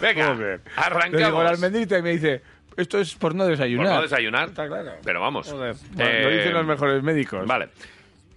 Venga, Joder. Le digo la arrancamos. almendrita y me dice, esto es por no desayunar. Por no desayunar. Está claro. Pero vamos. Joder. Eh, Lo dicen los mejores médicos. Vale.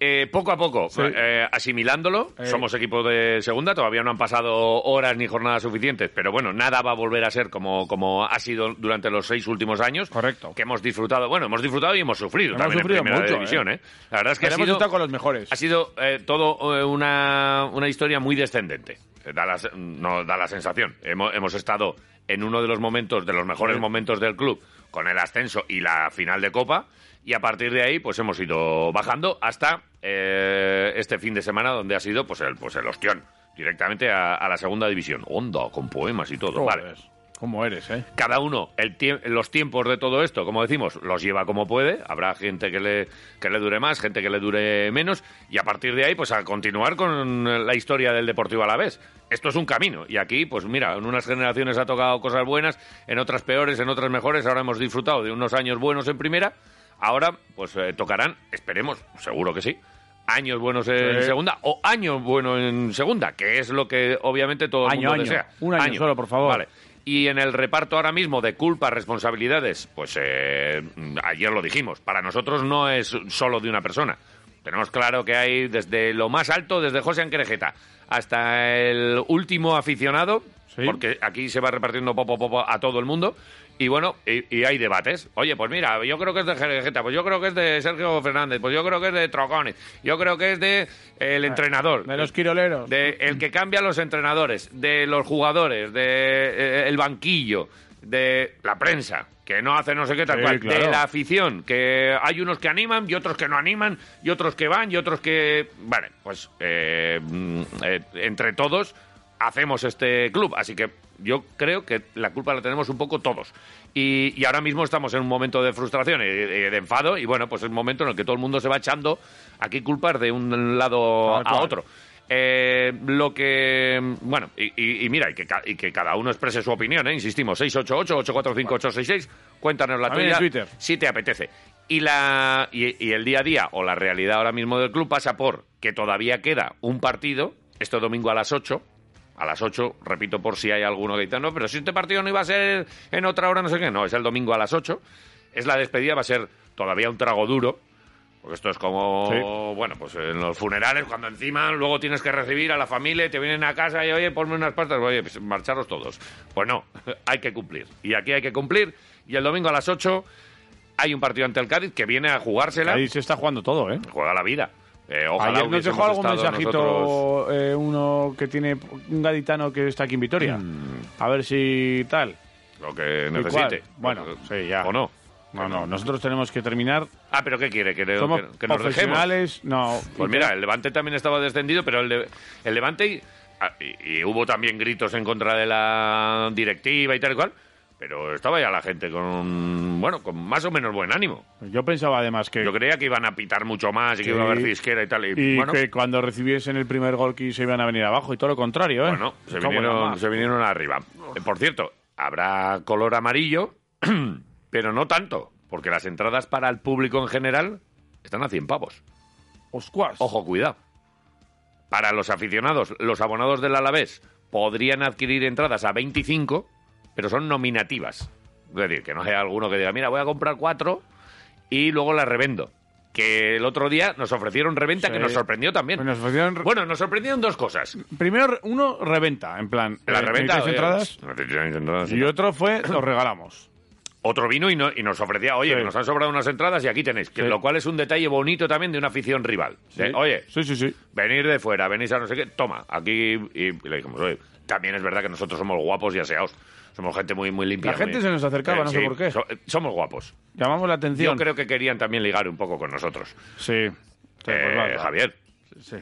Eh, poco a poco, eh, asimilándolo, Eh. somos equipo de segunda, todavía no han pasado horas ni jornadas suficientes, pero bueno, nada va a volver a ser como, como ha sido durante los seis últimos años. Correcto. Que hemos disfrutado, bueno, hemos disfrutado y hemos sufrido Hemos también sufrido en primera mucho, división, eh. ¿eh? La verdad es que ha Pero hemos sido- estado con los mejores. ha sido eh, todo eh, una, una historia muy descendente. Eh, Da la, se- no, da la sensación. Hemos, hemos estado en uno de los momentos, de los mejores momentos del club, con el ascenso y la final de Copa. Y a partir de ahí, pues hemos ido bajando hasta eh, este fin de semana, donde ha sido pues el, pues el ostión, directamente a, a la segunda división. Onda, con poemas y todo. Joder, Vale ¿Cómo eres, eh? cada uno el tie- los tiempos de todo esto, como decimos, los lleva como puede. Habrá gente que le, que le dure más, gente que le dure menos. Y a partir de ahí, pues a continuar con la historia del Deportivo a la vez. Esto es un camino. Y aquí, pues mira, en unas generaciones ha tocado cosas buenas, en otras peores, en otras mejores. Ahora hemos disfrutado de unos años buenos en primera. Ahora, pues eh, tocarán, esperemos, seguro que sí, años buenos en Sí. segunda o años buenos en segunda, que es lo que obviamente todo el Año, mundo año. desea. Un año solo, por favor. Vale. Y en el reparto ahora mismo de culpas, responsabilidades, pues eh, ayer lo dijimos, para nosotros no es solo de una persona. Tenemos claro que hay desde lo más alto, desde José Anquerejeta, hasta el último aficionado, Sí. porque aquí se va repartiendo popo popo a todo el mundo. Y bueno, y, y hay debates. Oye, pues mira, yo creo que es de Jerejeta, pues yo creo que es de Sergio Fernández, pues yo creo que es de Trocones, yo creo que es de eh, el entrenador. De los quiroleros. De el que cambia a los entrenadores, de los jugadores, de eh, el banquillo, de la prensa, que no hace no sé qué tal Sí, cual, claro. de la afición, que hay unos que animan y otros que no animan, y otros que van y otros que... Vale, pues eh, mm, eh, entre todos hacemos este club, así que yo creo que la culpa la tenemos un poco todos. Y, y ahora mismo estamos en un momento de frustración y de, de enfado, y bueno, pues es un momento en el que todo el mundo se va echando aquí culpas de un lado Tal a cual. otro. Eh, lo que. Bueno, y, y- y mira, y que, ca- y que cada uno exprese su opinión, ¿eh? Insistimos, 688-845-866. Cuéntanos la También tuya. en Twitter. Si te apetece. Y, la, y, y el día a día o la realidad ahora mismo del club pasa por que todavía queda un partido, este domingo a las 8. A las 8, repito por si hay alguno que dice, no, pero si este partido no iba a ser en otra hora, no sé qué. No, es el domingo a las 8. Es la despedida, va a ser todavía un trago duro. Porque esto es como, Sí. bueno, pues en los funerales, cuando encima luego tienes que recibir a la familia y te vienen a casa y, oye, ponme unas pastas, oye, pues marcharos todos. Pues no, hay que cumplir. Y aquí hay que cumplir. Y el domingo a las 8 hay un partido ante el Cádiz que viene a jugársela. Ahí se está jugando todo, ¿eh? Juega la vida. Eh, ojalá Ayer nos dejó hubiésemos algún estado mensajito nosotros- eh, uno que tiene un gaditano que está aquí en Vitoria. Mm. A ver si tal. Lo que ¿Y cuál? necesite. Bueno, sí, ya. ¿O no? No, no, nosotros tenemos que terminar. Ah, pero ¿qué quiere? ¿Que, Somos que- que nos dejemos? profesionales. No. Pues mira, el Levante también estaba descendido, pero el, de- el Levante y, ah, y- y hubo también gritos en contra de la directiva y tal y cual, pero estaba ya la gente con bueno, con más o menos buen ánimo. Yo pensaba además que, Yo creía que iban a pitar mucho más y que Sí. iba a haber cisquera y tal y, y bueno, que cuando recibiesen el primer gol que se iban a venir abajo y todo lo contrario, ¿eh? bueno, pues se Cago en la vinieron, mar. se vinieron arriba. Eh, Por cierto, habrá color amarillo, pero no tanto, porque las entradas para el público en general están a 100 pavos. Oscuas. Ojo, cuidado. Para los aficionados, los abonados del Alavés podrían adquirir entradas a 25, pero son nominativas. Es decir, que no haya alguno que diga, mira, voy a comprar cuatro y luego las revendo. Que el otro día nos ofrecieron reventa Sí. que nos sorprendió también. Pues Nos ofrecieron re- Bueno, nos sorprendieron dos cosas. Primero, uno reventa, en plan. La eh, reventa... ¿necesitáis oye, entradas? necesitáis entradas, Y otro fue, os regalamos. otro vino y, no- y nos ofrecía, oye, Sí. nos han sobrado unas entradas y aquí tenéis, que- Sí. lo cual es un detalle bonito también de una afición rival. De, Sí. oye, Eh, Sí, sí, sí. venir de fuera, venís a no sé qué, toma, aquí y le dijimos, oye, también es verdad que nosotros somos guapos y aseados. Somos gente muy, muy limpia. La gente muy- se nos acercaba, no sé por qué. eh, somos guapos. Llamamos la Yo atención. creo que querían también ligar un poco con nosotros. Sí. Sí, pues Eh, vale. Javier, Sí.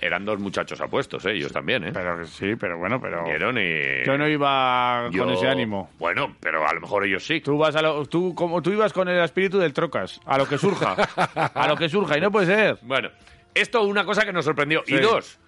eran dos muchachos apuestos, eh, ellos también, ¿eh? Pero que sí, pero bueno, pero. Vieron y... Yo no iba yo- con ese ánimo. Bueno, pero a lo mejor ellos sí. Tú vas a lo- tú como tú ibas con el espíritu del trocas, a lo que surja, a lo que surja y no puede ser. Bueno, esto una cosa que nos sorprendió. Y Sí. dos,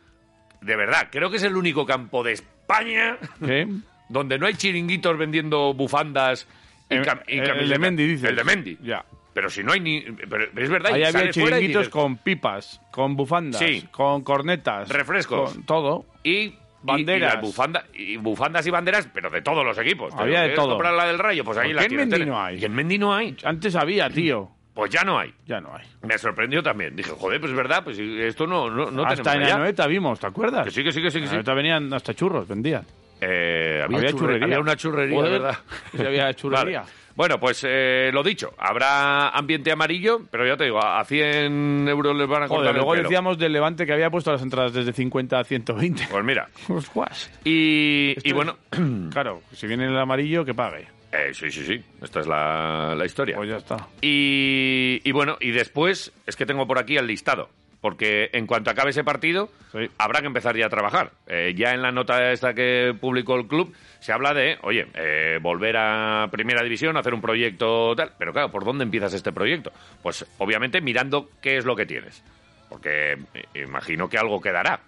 de verdad, creo que es el único campo de España ¿Sí? donde no hay chiringuitos vendiendo bufandas y, Eh, cam- y el- camisetas. el de Mendy dices. El de Mendy. Ya. Pero si no hay ni... Pero es verdad, Ahí y había sales fuera y chiringuitos dices- con pipas, con bufandas, Sí. con cornetas, Refrescos. con todo. y Banderas. y, las bufanda- y bufandas y banderas pero de todos los equipos Te Había de quieres todo. comprar la del Rayo pues ahí ¿Por la qué en tienes. Mendy no hay? y en Mendy no hay Antes había, tío. pues ya no hay Ya no hay. me sorprendió también dije joder pues es verdad pues esto no no, no hasta en tenemos allá. Anoeta vimos, ¿te acuerdas? que sí que sí que sí, que En sí. Anoeta venían hasta churros, vendían. Eh, había, Había churre- churrería. había una churrería Joder, verdad sí había churrería. Vale. Bueno, pues eh, lo dicho, habrá ambiente amarillo, pero ya te digo, a a 100 euros les van a cortar Joder, el luego pelo. decíamos del Levante que había puesto las entradas desde 50 a 120. Pues mira, Ostras. y, y bueno, Claro, si viene el amarillo, que pague. eh, sí, sí, sí, esta es la, la historia. Pues ya está. Y, y bueno, y después es que tengo por aquí el listado. Porque en cuanto acabe ese partido, Sí. habrá que empezar ya a trabajar. Eh, ya en la nota esta que publicó el club se habla de, oye, eh, volver a primera división, hacer un proyecto tal. Pero claro, ¿por dónde empiezas este proyecto? Pues obviamente mirando qué es lo que tienes. Porque eh, imagino que algo quedará.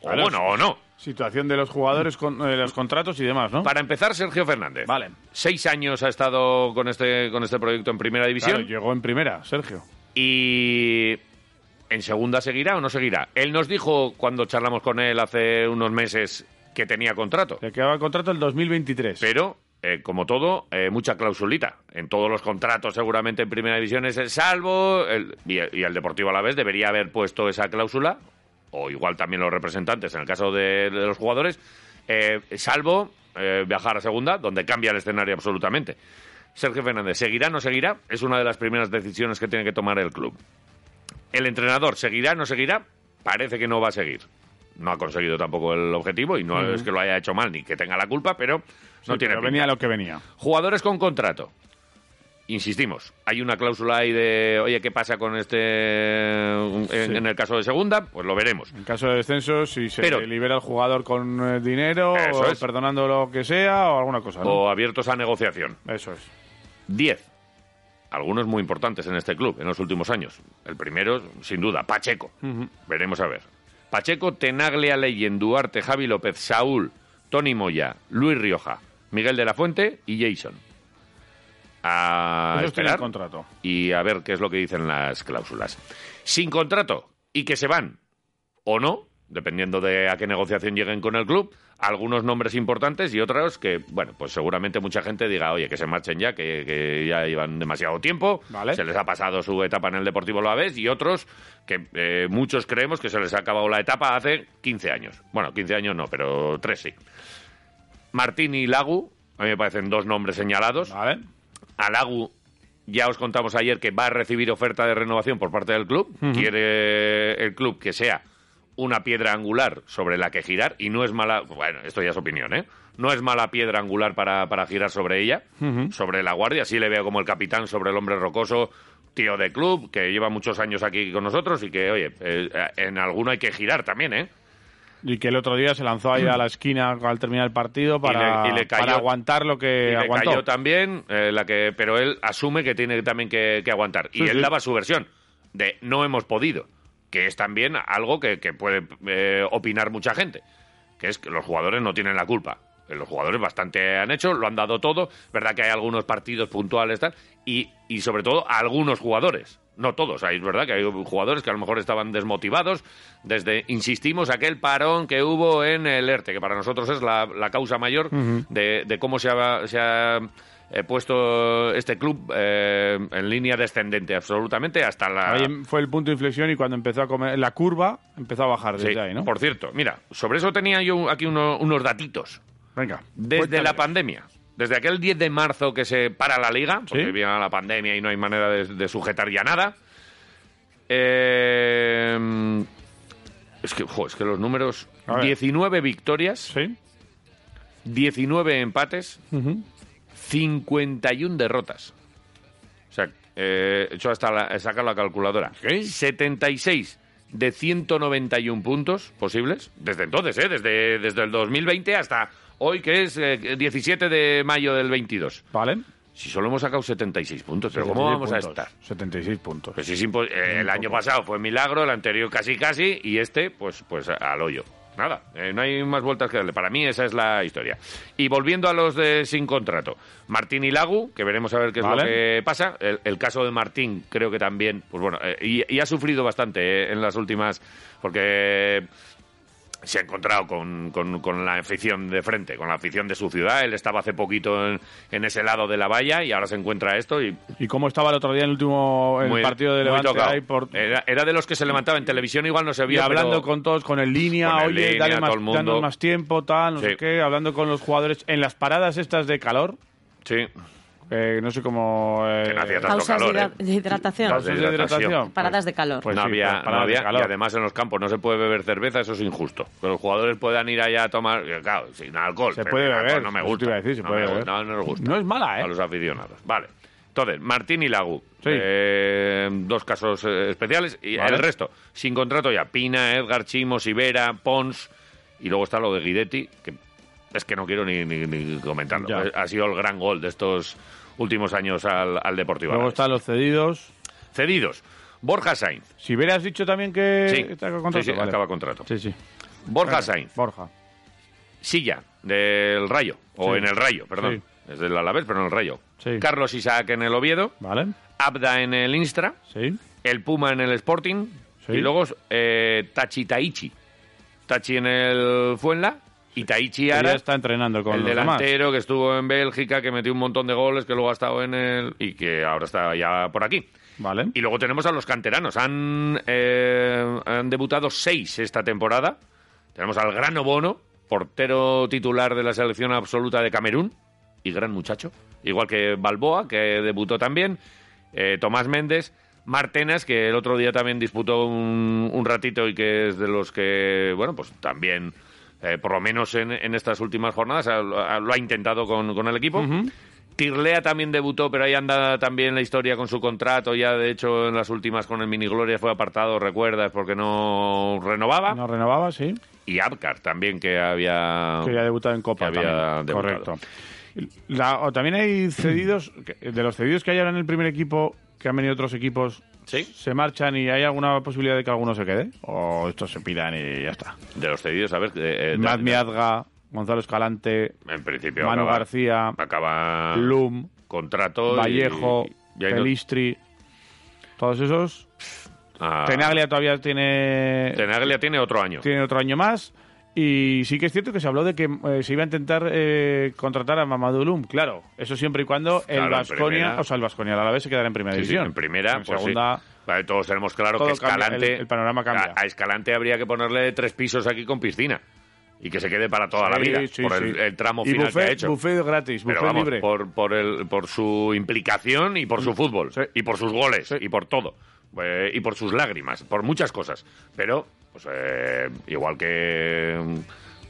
O Claro, bueno, o no. Situación de los jugadores con eh, los contratos y demás, ¿no? Para empezar, Sergio Fernández. Vale. Seis años ha estado con este, con este proyecto en primera división. Claro, llegó en primera, Sergio. y en segunda seguirá o no seguirá. Él nos dijo cuando charlamos con él hace unos meses que tenía contrato, Le quedaba el contrato el 2023. pero eh, como todo, eh, mucha clausulita. En todos los contratos, seguramente en primera división es el salvo, el- y, y el Deportivo a la vez debería haber puesto esa cláusula, o igual también los representantes, en el caso de, de los jugadores, eh, salvo eh, viajar a segunda, donde cambia el escenario absolutamente. Sergio Fernández, ¿seguirá o no seguirá? Es una de las primeras decisiones que tiene que tomar el club. El entrenador, ¿seguirá o no seguirá? Parece que no va a seguir. No ha conseguido tampoco el objetivo y no es que lo haya hecho mal ni que tenga la culpa, pero Sí, no tiene pero pinta. venía lo que venía. Jugadores con contrato. Insistimos, hay una cláusula ahí de, oye, ¿qué pasa con este en, en el caso de segunda? Pues lo veremos. En caso de descenso, si se Pero- libera al jugador con eh, dinero, Eso o es. perdonando lo que sea, o alguna cosa, ¿no? O abiertos a negociación. Eso es. 10. Algunos muy importantes en este club en los últimos años. El primero, sin duda, Pacheco. Veremos a ver. Pacheco, Tenaglia, Leyen, Duarte, Javi López, Saúl, Tony Moya, Luis Rioja, Miguel de la Fuente y Jason. A Esos tienen esperar contrato. y a ver qué es lo que dicen las cláusulas. Sin contrato y que se van o no, dependiendo de a qué negociación lleguen con el club, algunos nombres importantes y otros que, bueno, pues seguramente mucha gente diga, oye, que se marchen ya, que, que ya llevan demasiado tiempo, Vale. se les ha pasado su etapa en el Deportivo Loaves y otros que eh, muchos creemos que se les ha acabado la etapa hace 15 años. Bueno, 15 años no, pero tres sí. Martín y Lagu, a mí me parecen dos nombres señalados. Vale. Alagu, ya os contamos ayer que va a recibir oferta de renovación por parte del club. Quiere el club que sea una piedra angular sobre la que girar y no es mala, bueno, esto ya es opinión, ¿eh? No es mala piedra angular para, para girar sobre ella, sobre la guardia, sí le veo como el capitán sobre el hombre rocoso, tío de club, que lleva muchos años aquí con nosotros y que, oye, eh, en alguno hay que girar también, ¿eh? Y que el otro día se lanzó ahí a la esquina al terminar el partido para, Y le- y le cayó- para aguantar lo que Y le aguantó. cayó también, eh, la que, pero él asume que tiene también que, que aguantar. y Sí, él sí. daba su versión de no hemos podido, que es también algo que, que puede eh, opinar mucha gente, que es que los jugadores no tienen la culpa. Eh, Los jugadores bastante han hecho, lo han dado todo. Verdad que hay algunos partidos puntuales tal, y, y sobre todo algunos jugadores. No todos, hay- es verdad que hay jugadores que a lo mejor estaban desmotivados desde, insistimos, aquel parón que hubo en el ERTE, que para nosotros es la, la causa mayor de, de cómo se ha, se ha, eh, puesto este club eh, en línea descendente absolutamente hasta la... Ahí fue el punto de inflexión y cuando empezó a comer la curva, empezó a bajar Sí, desde ahí, ¿no? Por cierto, mira, sobre eso tenía yo aquí uno- unos datitos. Venga. Desde cuéntame. la pandemia, desde aquel 10 de marzo que se para la liga, porque Sí. viene la pandemia y no hay manera de, de sujetar ya nada. eh, es, que, jo, es que los números... A ver. 19 victorias, Sí. 19 empates, Ujú. 51 derrotas. O sea, eh, he hecho hasta la, he sacado la calculadora. ¿Qué? 76 de 191 puntos posibles. Desde entonces, ¿eh? Desde, desde el 2020 hasta hoy, que es eh, 17 de mayo del 22. Vale. Si solo hemos sacado 76 puntos, ¿pero cómo 76 vamos puntos. a estar? 76 puntos. Pues sí, es impo- eh, el Un año poco. pasado fue milagro, el anterior casi casi, y este, pues, pues al hoyo. Nada, eh, no hay más vueltas que darle. Para mí esa es la historia. Y volviendo a los de sin contrato. Martín y Lagu, que veremos a ver qué es Vale. lo que pasa. El, el caso de Martín creo que también, pues bueno, eh, y, y ha sufrido bastante eh, en las últimas, porque se ha encontrado con, con- con la afición de frente, con la afición de su ciudad. Él estaba hace poquito en, en ese lado de la valla y ahora se encuentra esto y ¿Y cómo estaba el otro día en el último en muy- el partido muy de Levante? tocado. Eh, ahí por- era, era de los que se levantaba en televisión, igual no se y vio. hablando pero- con todos, con el línea, Con el oye, línea, dale más, todo el mundo. danos más tiempo, tal, no Sí. sé qué, hablando con los jugadores en las paradas estas de calor, Sí, eh, no sé cómo... eh, que no hacía tanto Pausas de calor. hidra- ¿eh? de hidratación. Pausas pausas de hidratación. Paradas de calor. Pues no sí, había, paradas no de había- y calor. además en los campos no se puede beber cerveza, eso es injusto. Que los jugadores puedan ir allá a tomar, que claro, sin alcohol. Se pero puede sin alcohol beber, no me eso te gusta. iba a decir, se no puede me beber. gusta, No, no nos gusta. No es mala, ¿eh? A los aficionados. Vale. Entonces, Martín y Lagu. Sí. Eh, dos casos eh, especiales. Y Vale. el resto, sin contrato ya. Pina, Edgar Chimo, Sibera, Pons. Y luego está lo de Guidetti, que es que no quiero ni, ni- ni comentarlo. Ya. Ha sido el gran gol de estos últimos años al, al Deportivo. Luego Alavés. están los cedidos. Cedidos. Borja Sainz. Si hubieras dicho también que Sí, está con contrato, Sí, sí, vale. acaba contrato. Sí, sí. Borja Sainz, Borja. Silla, del Rayo, o Sí. en el Rayo, perdón. Es del Alavés, pero en el Rayo. Sí. Carlos Isaac en el Oviedo, Vale. Abda en el Instra, Sí. el Puma en el Sporting, Sí. y luego eh, Tachi Taichi. Tachi en el Fuenla y Taichi Ahora Ara, está entrenando con el los delantero que estuvo en Bélgica, que metió un montón de goles, que luego ha estado en el... y que ahora está ya por aquí. demás. Vale. Y luego tenemos a los canteranos. Han, eh, han debutado seis esta temporada. Tenemos al gran Obono, portero titular de la selección absoluta de Camerún. Y gran muchacho. Igual que Balboa, que debutó también. eh, Tomás Méndez. Martenas, que el otro día también disputó un, un ratito y que es de los que, bueno, pues también, eh, por lo menos en, en estas últimas jornadas, ha- ha- lo ha intentado con, con el equipo. Tirlea también debutó, pero ahí anda también la historia con su contrato. Ya, de hecho, en las últimas con el Mini Gloria fue apartado, recuerdas, porque no renovaba. No renovaba, sí. Y Abkar también, que había... Que ya ha debutado en Copa. Que había también. debutado. Correcto. La- o también hay cedidos, que- eh, de los cedidos que hay ahora en el primer equipo, que han venido otros equipos, Sí. ¿se marchan y hay alguna posibilidad de que alguno se quede? ¿O estos se piran y ya está? De los cedidos, a ver... eh, eh, Matt de- Miazga, Gonzalo Escalante, En principio Manu acaba, García, acaba Lum, contrato y- Vallejo, Ah. y ahí no- Pelistri, todos esos. Ah, Tenaglia todavía tiene, Tenaglia tiene otro año. tiene otro año más. Y sí que es cierto que se habló de que eh, se iba a intentar eh, contratar a Mamadou Loum, claro. Eso siempre y cuando Claro, el en Vasconia, primera. o sea, el Vasconia a la vez se quedará en primera Sí, sí, división. en primera, En pues sí. segunda, Vale, todos tenemos claro Todo que cambia, Escalante. el- el panorama cambia. A, a Escalante habría que ponerle tres pisos aquí con piscina. Y que se quede para toda la sí, vida. sí, por sí. el, el tramo y final buffet, que ha hecho. buffet gratis, Pero buffet vamos, Mm. libre. Por, por, el, por su implicación y por su fútbol. Sí. Y por sus goles. Sí. Y por todo. Eh, y por sus lágrimas. Por muchas cosas. Pero, pues, eh, igual que.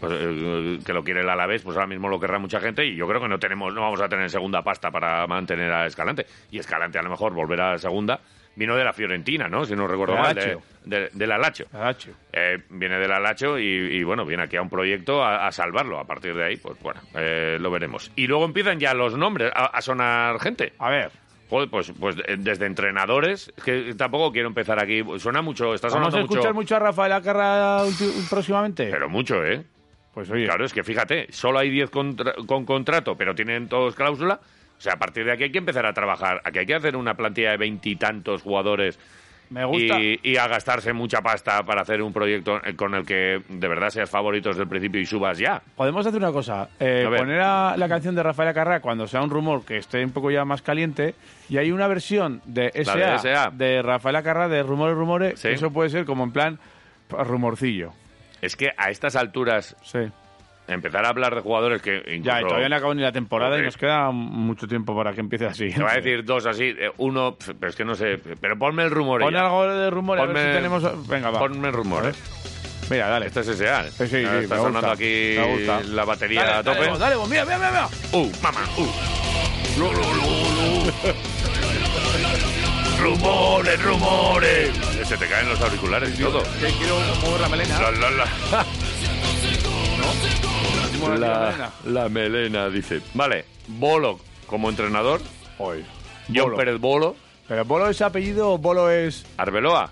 pues, eh, que lo quiere el Alavés, pues ahora mismo lo querrá mucha gente y yo creo que no tenemos, no vamos a tener segunda pasta para mantener a Escalante. Y Escalante a lo mejor volverá a segunda. Vino de la Fiorentina, ¿no? Si no recuerdo Del mal. De, Alacho. de- del Alacho. Garacho. Eh, viene del Alacho y, y, bueno, viene aquí a un proyecto a, a salvarlo. A partir de ahí, pues bueno, eh, lo veremos. Y luego empiezan ya los nombres a, a sonar gente. A ver, Joder, pues, pues eh, desde entrenadores, es que tampoco quiero empezar aquí. Suena mucho, está ¿vamos sonando a escuchar mucho, mucho a Rafael Acarra ulti- próximamente? Pero mucho, ¿eh? pues oye, Claro, es que fíjate, solo hay 10 contra- con contrato, pero tienen todos cláusula. O sea, a partir de aquí hay que empezar a trabajar. Aquí hay que hacer una plantilla de veintitantos jugadores me gusta. Y, y a gastarse mucha pasta para hacer un proyecto con el que de verdad seas favorito desde el principio y subas ya. Podemos hacer una cosa, eh, A ver. poner a la canción de Rafael Acarra cuando sea un rumor que esté un poco ya más caliente y hay una versión de La SA de de, SA. Rafael Acarra de Rumores Rumores, Sí. eso puede ser como en plan pa- rumorcillo. Es que a estas alturas Sí. empezar a hablar de jugadores que incluso, Ya, y todavía no acabó ni la temporada y Ok. nos queda mucho tiempo para que empiece así. te va a decir dos así, eh, uno, pf, pero es que no sé, pero ponme el rumor. Pon ya. algo de rumor a ver Ponme- si tenemos... Venga, va. Ponme rumores. Mira, dale. Este es S.A. Sí, sí, Ah, sí, está me sonando gusta, aquí me gusta. la batería a tope. Dale, dale, vos, mira, mira, mira. mira. Uh, mamá, uh. Lu, lu, lu, lu. rumores, rumores. Se te caen los auriculares y todo. Que quiero mover la melena. La, la, la. Mover la melena. La, la melena, dice. Vale, Bolo como entrenador. Hoy. John Pérez Bolo. ¿Pero Bolo es apellido o Bolo es...? Arbeloa.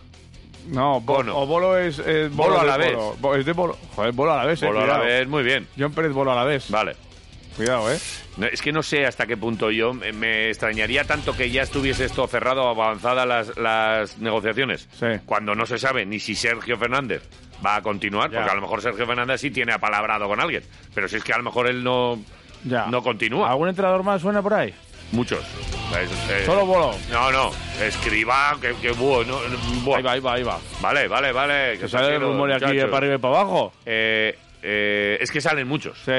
No, Bo- Bono. o Bolo es... eh, Bolo a de la vez. Bolo. Bo- Es de Bolo. Joder, Bolo a la vez, eh, Bolo a la cuidado. vez, muy bien. John Pérez Bolo a la vez. Vale. Cuidado, eh. No, es que no sé hasta qué punto yo me- me extrañaría tanto que ya estuviese esto cerrado o avanzada las, las negociaciones. Sí. Cuando no se sabe ni si Sergio Fernández va a continuar, Ya. porque a lo mejor Sergio Fernández sí tiene apalabrado con alguien. Pero si es que a lo mejor él no, Ya. no continúa. ¿Algún entrenador más suena por ahí? Muchos. Es- eh, Solo Bolo. No, no. Escriba, que, que bueno. bueno. Ahí va, ahí va, ahí va. Vale, vale, vale. Que Que sale el tranquilo, rumor aquí de muchachos. para arriba y para abajo. Eh, eh, es que salen muchos. Sí.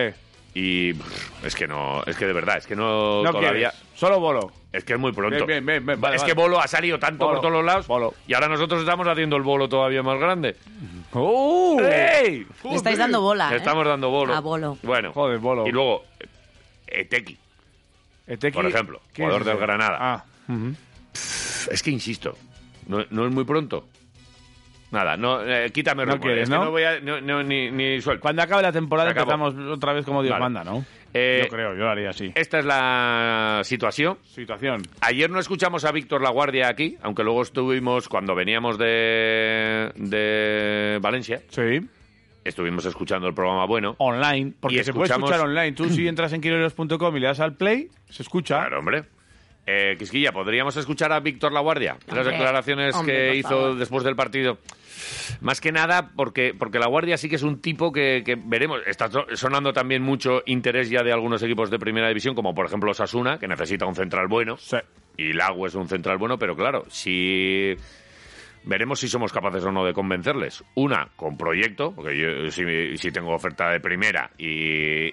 Y pff, es que no, es que de verdad, es que no, No todavía. quieres. Solo Bolo. Es que es muy pronto. Bien, bien, bien, bien, vale, es vale. que Bolo ha salido tanto Bolo, por todos los lados Bolo. y ahora nosotros estamos haciendo el bolo todavía más grande. ¡Uh! ¡Ey! Joder. estáis dando bola, Le ¿eh? Estamos dando bolo. A Bolo. Bueno. Joder, Bolo. Y luego, eh, Eteki, Eteki- por ejemplo, ¿quién jugador es del ese? Granada. Este Ah. ujú. Pff, es que insisto, no, no es muy pronto. Nada, no, eh, quítame No rumores, quieres, es que ¿no? voy a, no, no, ni, ni suelto. Cuando acabe la temporada Se acabó. empezamos otra vez como Dios Vale. manda, ¿no? Eh, yo creo, yo lo haría así. Esta es la situación. Situación. Ayer no escuchamos a Víctor Laguardia aquí, aunque luego estuvimos, cuando veníamos de, de Valencia, Sí. estuvimos escuchando el programa bueno. Online. Porque Y se puede escuchamos- escuchar online. Tú si entras en quiroleros.com y le das al play, se escucha. Claro, hombre. Eh, Quisquilla, ¿podríamos escuchar a Víctor Laguardia? Las Hombre, declaraciones hombre, que por hizo favor. después del partido. Más que nada porque, porque Laguardia sí que es un tipo que, que veremos. Está so- sonando también mucho interés ya de algunos equipos de primera división, como por ejemplo Sasuna, que necesita un central bueno. Sí. Y Lago es un central bueno, pero claro, si veremos si somos capaces o no de convencerles. Una, con proyecto, porque yo si, si tengo oferta de primera y,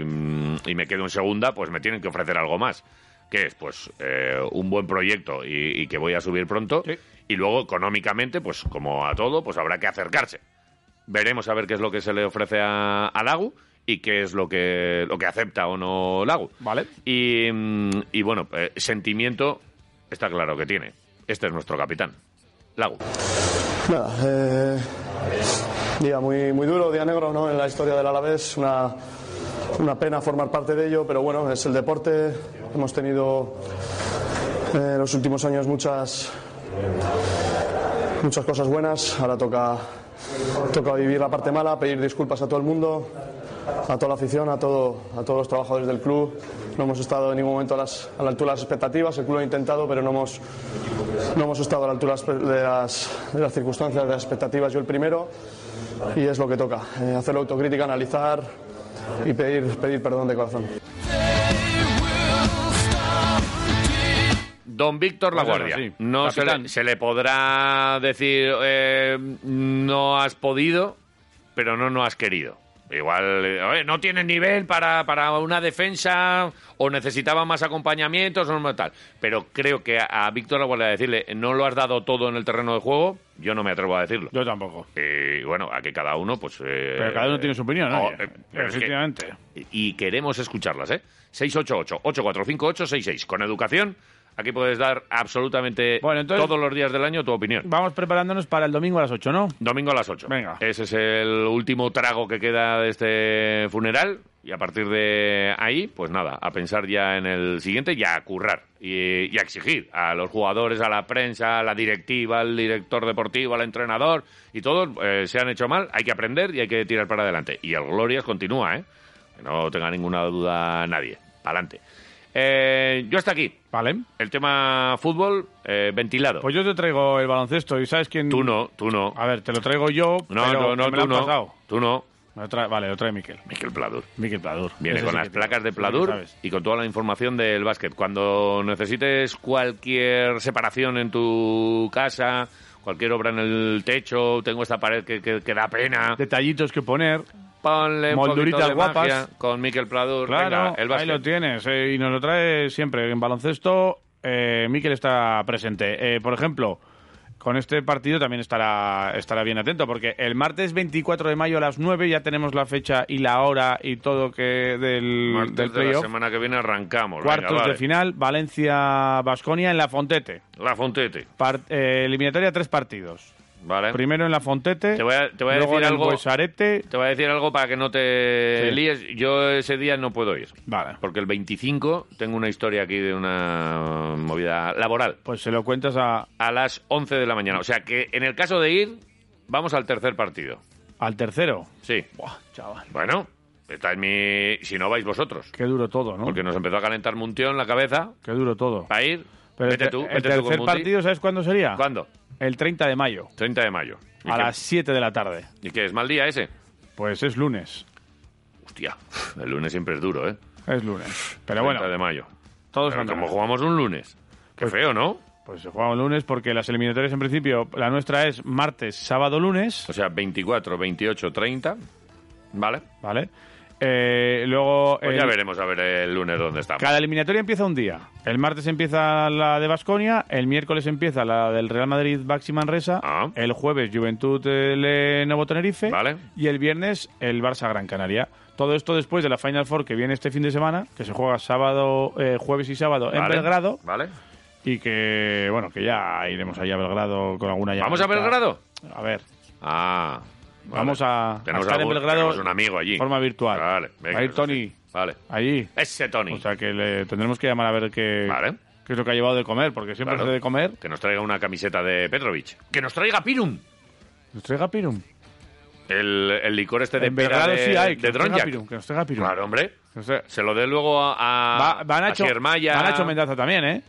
y, mm, y me quedo en segunda, pues me tienen que ofrecer algo más. que es? Pues eh, un buen proyecto y, y que voy a subir pronto. Sí. Y luego, económicamente, pues como a todo, pues habrá que acercarse. Veremos a ver qué es lo que se le ofrece a, a Lagu y qué es lo que, lo que acepta o no Lagu. Vale. Y, mm, y bueno, eh, sentimiento está claro que tiene. Este es nuestro capitán, Lago. Nada, eh, día muy, muy duro, día negro ¿no? en la historia del Alavés, una, una pena formar parte de ello, pero bueno, es el deporte, hemos tenido eh, en los últimos años muchas, muchas cosas buenas, ahora toca, toca vivir la parte mala, pedir disculpas a todo el mundo, a toda la afición, a, todo, a todos los trabajadores del club, no hemos estado en ningún momento a, las- a la altura de las expectativas, el club ha intentado, pero no hemos, no hemos estado a la altura de las, de las circunstancias, de las expectativas, yo el primero, y es lo que toca, eh, hacer la autocrítica, analizar y pedir, pedir perdón de corazón. Don Víctor Pues Laguardia. eso, sí. No se Capitán. le, se le podrá decir eh, no has podido, pero no no has querido. Igual eh, "Oye, no tiene nivel para, para una defensa o necesitaba más acompañamientos o no, tal. Pero creo que a, a Víctor Laguardia decirle no lo has dado todo en el terreno de juego, yo no me atrevo a decirlo. Yo tampoco. Eh, Y bueno, a que cada uno, pues. eh, Pero cada uno tiene su opinión, ¿no? oh, eh, pero es que- Efectivamente. y queremos escucharlas, ¿eh? 688-845866. Con educación, aquí puedes dar absolutamente Bueno, entonces- todos los días del año tu opinión. Vamos preparándonos para el domingo a las 8, ¿no? Domingo a las 8. Venga. Ese es el último trago que queda de este funeral. Y a partir de ahí, pues nada, a pensar ya en el siguiente y a currar. Y, y a exigir a los jugadores, a la prensa, a la directiva, al director deportivo, al entrenador y todos eh, se han hecho mal. Hay que aprender y hay que tirar para adelante. Y el Glorias continúa, ¿eh? Que no tenga ninguna duda nadie. Adelante. Eh, yo hasta aquí. Vale. El tema fútbol eh, ventilado. Pues yo te traigo el baloncesto y ¿sabes quién...? tú no, tú no. A ver, te lo traigo yo, No, pero no, no, que me lo tú han pasado. no. Tú no. Me lo trae- vale, lo trae Miquel. Miquel Pladur. Miquel Pladur. Viene Ese con sí las que te- placas de sí que Pladur sabes. y con toda la información del básquet. Cuando necesites cualquier separación en tu casa, cualquier obra en el techo, tengo esta pared que, que- que da pena. Detallitos que poner. ponle un Molduritas poquito de guapas. magia con Miquel Pladur. Claro, Venga, el ahí lo básquet. tienes. eh, y nos lo trae siempre en baloncesto. Eh, Miquel está presente. Eh, por ejemplo, con este partido también estará, estará bien atento, porque el martes 24 de mayo a las 9 ya tenemos la fecha y la hora y todo que del, Martes del de la playoff. semana que viene arrancamos. Venga, Cuartos vale. de final, Valencia-Basconia en la Fontete. La Fontete, Par- eh, eliminatoria tres partidos. ¿vale? Primero en la Fontete, Eh. Te voy a, te voy a luego decir en algo... Buesarete. Te voy a decir algo para que no te Sí. líes. Yo ese día no puedo ir. Vale. Porque el 25 tengo una historia aquí de una movida laboral. Pues se lo cuentas a, A las 11 de la mañana. O sea que en el caso de ir, vamos al tercer partido. al tercero. Sí. Buah, chaval. Bueno, esta es mi. Si no vais vosotros. Qué duro todo, ¿no? Porque nos empezó a calentar Muntión la cabeza Qué duro todo. para ir. Pero el vete te- tú, el vete tú tercer con Munti. partido, ¿sabes cuándo sería? ¿Cuándo? El 30 de mayo, 30 de mayo. ¿Y a qué- las 7 de la tarde. ¿Y qué es? ¿Mal día ese? Pues es lunes. Hostia, el lunes siempre es duro, ¿eh? Es lunes. Pero 30 de bueno, mayo. todos Pero andan. como jugamos un lunes. Qué Pues- feo, ¿no? Pues se juega un lunes porque las eliminatorias en principio, la nuestra es martes, sábado, lunes, O sea, 24, 28, 30. Vale. ¿vale? Eh, luego Pues el- ya veremos a ver el lunes dónde estamos. cada eliminatoria empieza un día. El martes empieza la de Basconia, el miércoles empieza la del Real Madrid Baxi Manresa, Ah. el jueves Juventud eh, Lenovo Tenerife Vale. y el viernes el Barça Gran Canaria. Todo esto después de la Final Four que viene este fin de semana, que se juega sábado, eh, jueves y sábado en Vale, Belgrado Vale. y que bueno que ya iremos allá a Belgrado con alguna ¿Vamos a llamadita. Belgrado? A ver, Ah. vale. vamos a, a Tenemos estar en algún- Belgrado tenemos un amigo allí. de forma virtual. Vale. venga, Va a ir eso Tony sí. Vale. allí. Ese Tony. O sea que le tendremos que llamar a ver qué, Vale. qué es lo que ha llevado de comer, porque siempre Claro. hace de comer. Que nos traiga una camiseta de Petrovic. Que nos traiga Pirum. ¿Nos traiga Pirum? El, el licor este de en pera Belgrado de, sí hay. de que, nos traiga Dronjak. Pirum, que nos traiga Pirum. Claro, Ah, hombre. Que nos traiga- Se lo dé luego a, Va, a, va Nacho, a Siermaya. va Nacho Mendaza también, ¿eh?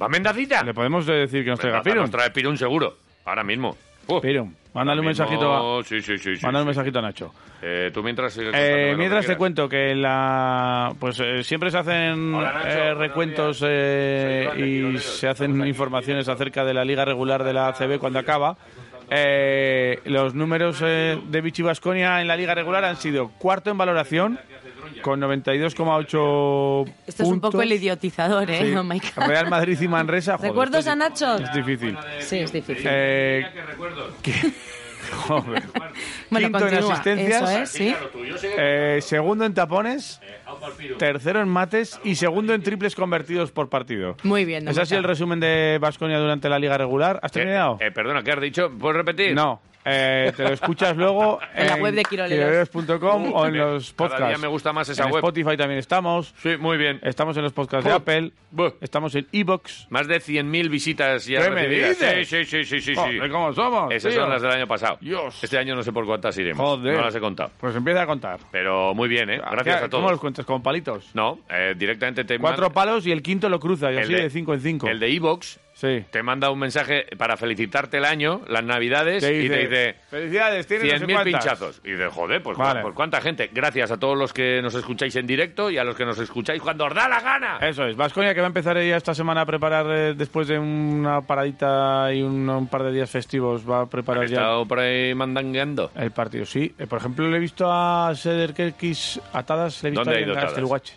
¿Va Mendacita? Le podemos eh, decir que nos traiga Mendaza Pirum. Nos trae Pirum seguro. Ahora mismo. Uh, Pirum, mándale un ahora mensajito a, mismo- Sí, sí, sí. sí, mándale un sí. mensajito a Nacho. Eh, tú mientras... sigue Eh, contándome lo que mientras te quieras. cuento que la pues eh, siempre se hacen Hola, Nacho, eh, buenos recuentos días. eh, Soy Iván de y Quiroleros. se Estamos hacen aquí. informaciones acerca de la liga regular de la ACB cuando acaba. Eh, los números eh, de Vichy Vasconia en la liga regular han sido cuarto en valoración con 92,8 Esto es un poco puntos. el idiotizador, ¿eh? Sí. Oh my God. Real Madrid y Manresa. joder, ¿Recuerdos esto a Nacho? Es difícil. Sí, es difícil. Eh, recuerdos. joder. quinto bueno, en continúa. asistencias. Eso es, sí. Eh, segundo en tapones, tercero en mates y segundo en triples convertidos por partido. Muy bien. ¿Es así Domita. el resumen de Vasconia durante la liga regular? ¿Has terminado? Eh, eh, perdona, ¿qué has dicho? ¿Puedes repetir? no. Eh, te lo escuchas luego En la web de Quiroleros. quiroleros.com o en Bien, los cada podcasts. día me gusta más esa en web. Spotify también estamos. Sí, muy bien. Estamos en los podcasts de Buh. Apple. Buh. Estamos en Evox. Más de 100.000 visitas ya ¿Qué me recibidas. dices? Sí, sí, sí, sí, sí. sí. ¿Cómo somos? Esas tío? son las del año pasado. Dios. Este año no sé por cuántas iremos. Joder. No las he contado. Pues empieza a contar. Pero muy bien, ¿eh? Gracias ¿Qué- a todos. ¿Cómo los cuentas? ¿Con palitos? No, eh, directamente te Cuatro mand- palos y el quinto lo cruza, y el así de 5 en 5. El de Evox Sí. te manda un mensaje para felicitarte el año, las navidades, Te y te dice... Felicidades, tienes no sé 100.000 cuántas". pinchazos. Y de joder, pues, Vale. pues cuánta gente. Gracias a todos los que nos escucháis en directo y a los que nos escucháis cuando os da la gana. Eso es, Vasconia que va a empezar ya esta semana a preparar, eh, después de una paradita y un, un par de días festivos, va a Han preparar ya estado por ahí mandangueando. el partido. Sí, Eh, por ejemplo, le he visto a Seder Kerkis atadas, le he visto ¿Dónde ha ahí en ido atadas? Castelguache.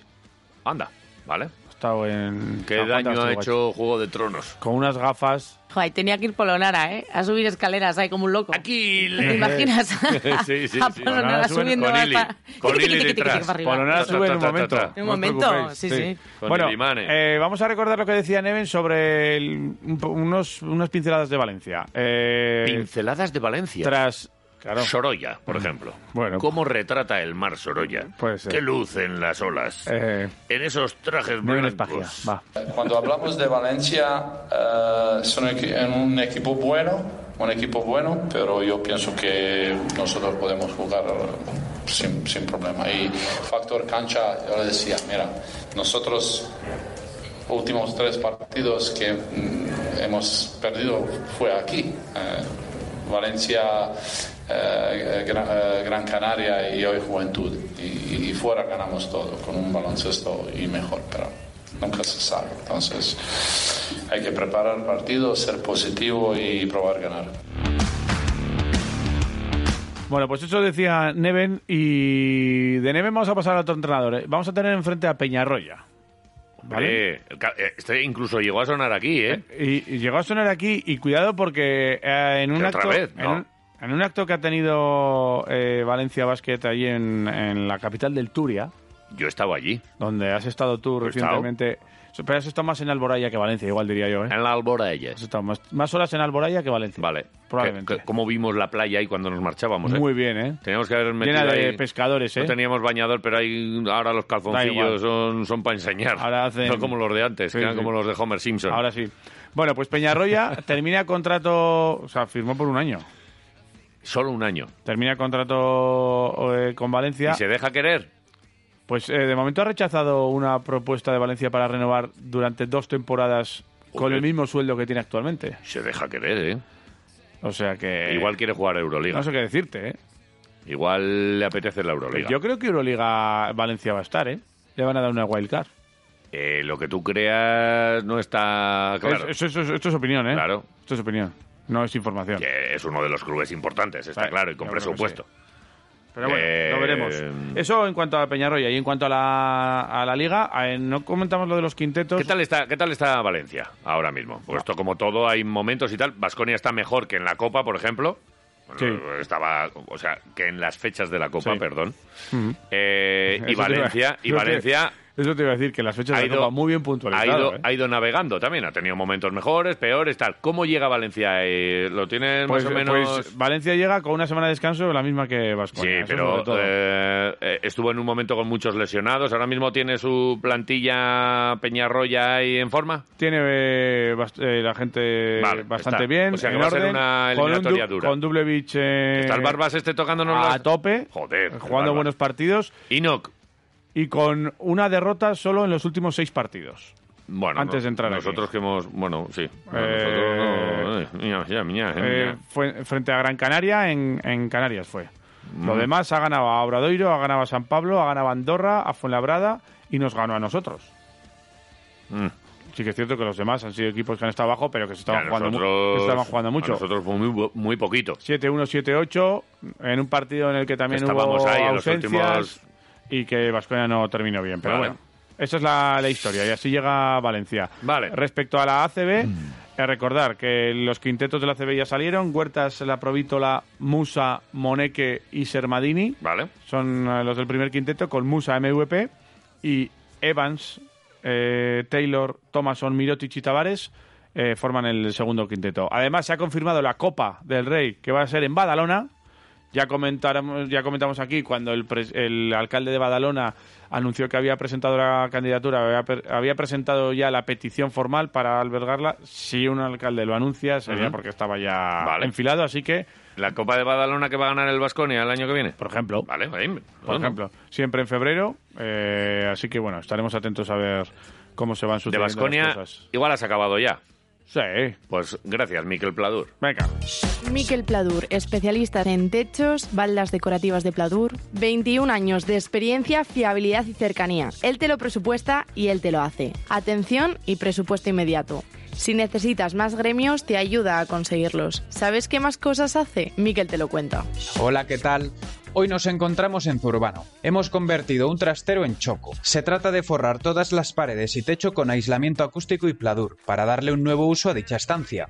Anda, ¿vale? Ha estado en. ¿Qué San Juan de daño ha Castelguache. hecho Juego de Tronos? Con unas gafas. Joder, tenía que ir Polonara, ¿eh? A subir escaleras ahí como un loco. Eh, ¿Te Aquiles. imaginas? Sí, sí, a sí. Polonara Polonara sube subiendo con hasta- Ili. tiqui, Con tiqui, Ili tiqui, tiqui, detrás. para arriba. Polonara Ta, ta, sube en ta, un ta, ta, momento. ta. En un no os momento, preocupéis, sí, sí. Con bueno, el imán, eh. eh, vamos a recordar lo que decía Neven sobre el- un po- unos, unas pinceladas de Valencia. Eh, Pinceladas de Valencia. tras. Claro. Sorolla, por ejemplo. Bueno. ¿Cómo retrata el mar Sorolla? Puede ser. Qué luz en las olas. Eh, en esos trajes Neven blancos. Espagia, va. Cuando hablamos de Valencia, eh, son equi- en un equipo bueno, un equipo bueno, pero yo pienso que nosotros podemos jugar eh, sin, sin problema. Y factor cancha, yo le decía, mira, nosotros últimos tres partidos que mm, hemos perdido fue aquí. Eh, Valencia, eh, Gran, eh, Gran Canaria y hoy Juventud. Y, y fuera ganamos todo con un baloncesto y mejor, pero nunca se sabe. Entonces hay que preparar partidos, ser positivo y probar ganar. Bueno, pues eso decía Neven y de Neven vamos a pasar a otro entrenador. ¿eh? Vamos a tener enfrente a Peñarroya. Vale. Eh, el ca- eh, Este incluso llegó a sonar aquí, ¿eh? Y, y llegó a sonar aquí y cuidado porque eh, en un Que acto otra vez, ¿no? en, un, en un acto que ha tenido eh, Valencia Basket allí en, en la capital del Turia, Yo estaba allí, donde has estado tú He estado. recientemente. Pero has estado más en Alboraya que Valencia, igual diría yo. ¿eh? en la Has Alboraellas. estado más, más horas en Alboraya que Valencia. Vale. Probablemente. Que- que- ¿Cómo vimos la playa ahí cuando nos marchábamos? ¿eh? Muy bien, ¿eh? Teníamos que haber metido Llena de ahí- pescadores, ¿eh? No teníamos bañador, pero ahí ahora los Da igual. calzoncillos son, son para enseñar. Ahora hacen- No como los de antes, Sí, que eran sí. como los de Homer Simpson. Ahora sí. Bueno, pues Peñarroya termina contrato, o sea, firmó por un año. Solo un año. Termina contrato eh, con Valencia. ¿Y se deja querer? Pues eh, de momento ha rechazado una propuesta de Valencia para renovar durante dos temporadas con Joder. el mismo sueldo que tiene actualmente. Se deja querer, ¿eh? O sea que... Igual quiere jugar a Euroliga. Eh, No sé qué decirte, ¿eh? Igual le apetece la Euroliga. Yo creo que Euroliga Valencia va a estar, ¿eh? Le van a dar una wildcard. Eh, lo que tú creas no está claro. Es- eso- eso- esto es opinión, ¿eh? Claro. Esto es opinión. No es información. Que es uno de los clubes importantes, está Vale, claro, y con yo creo que presupuesto. Pero bueno, Eh, lo veremos. Eso en cuanto a Peñarroya y en cuanto a la, a la liga, eh, no comentamos lo de los quintetos. ¿Qué tal está, qué tal está Valencia ahora mismo? Pues esto como todo hay momentos y tal. Vasconia está mejor que en la Copa, por ejemplo. Sí. Estaba, o sea, que en las fechas de la Copa, Sí. perdón. Eh, Eso te y iba- Valencia, y eso te- Valencia Eso te iba a decir, que las fechas ha de la ido Copa muy bien ha puntualizado. ido, ¿eh? ha ido navegando también. Ha tenido momentos mejores, peores, tal. ¿Cómo llega Valencia? Eh, ¿Lo tiene Pues, más o menos...? pues Valencia llega con una semana de descanso, la misma que Sí, Vasconia. eso sobre pero todo. eh, eh, estuvo en un momento con muchos lesionados. Ahora mismo tiene su plantilla Peñarroya ahí en forma. Tiene eh, bast- eh, la gente Vale, bastante está. bien. O sea que en va a ser orden, una con un eliminatoria du- dura. Con Dublevich eh, Está el Barbas este tocándonos a las- tope, Joder, el Eh, jugando Barbas. buenos partidos Inoc. y con una derrota solo en los últimos seis partidos. Bueno, Antes no- de entrar aquí. Nosotros que hemos... Bueno, sí. Eh, Nosotros no, eh, miña, ya, miña, eh, Eh, miña. fue frente a Gran Canaria en, en Canarias fue. Mm. Lo demás ha ganado a Obradoiro, ha ganado a San Pablo, ha ganado a Andorra, a Fuenlabrada y nos ganó a nosotros. Mm. Sí que es cierto que los demás han sido equipos que han estado abajo, pero que se estaban, A jugando, mu- nosotros- que estaban jugando a mucho. nosotros fue muy, muy poquito. 7-1-7-8, en un partido en el que también Estábamos hubo ahí en los ausencias últimos- y que Vasconia no terminó bien. Pero Vale. bueno, esa es la, la historia y así llega Valencia. Vale. Respecto a la ACB, eh, recordar que los quintetos de la ACB ya salieron. Huertas, La Provítola, Musa, Moneque y Sermadini Vale. son eh, los del primer quinteto con Musa MVP y Evans, eh, Taylor, Thomason, Mirotic y Tavares eh, forman el segundo quinteto. Además se ha confirmado la Copa del Rey que va a ser en Badalona. Ya, comentaremos- ya comentamos aquí cuando el, pres- el alcalde de Badalona anunció que había presentado la candidatura, había, per- había presentado ya la petición formal para albergarla. Si un alcalde lo anuncia, sería Ujú. porque estaba ya Vale. enfilado. Así que, La Copa de Badalona que va a ganar el Vasconia el año que viene. por ejemplo, Vale, ahí, por bueno. ejemplo. Siempre en febrero, eh, así que bueno, estaremos atentos a ver cómo se van De sucediendo las Vasconia, cosas. igual has acabado ya. Sí, Pues gracias, Miquel Pladur. venga. Miquel Pladur, especialista en techos, baldas decorativas de Pladur, 21 años de experiencia, fiabilidad y cercanía. Él te lo presupuesta y él te lo hace. Atención y presupuesto inmediato. Si necesitas más gremios, te ayuda a conseguirlos. ¿Sabes qué más cosas hace? Miquel te lo cuenta. Hola, ¿qué tal? Hoy nos encontramos en Zurbano. Hemos convertido un trastero en choco. Se trata de forrar todas las paredes y techo con aislamiento acústico y pladur, para darle un nuevo uso a dicha estancia.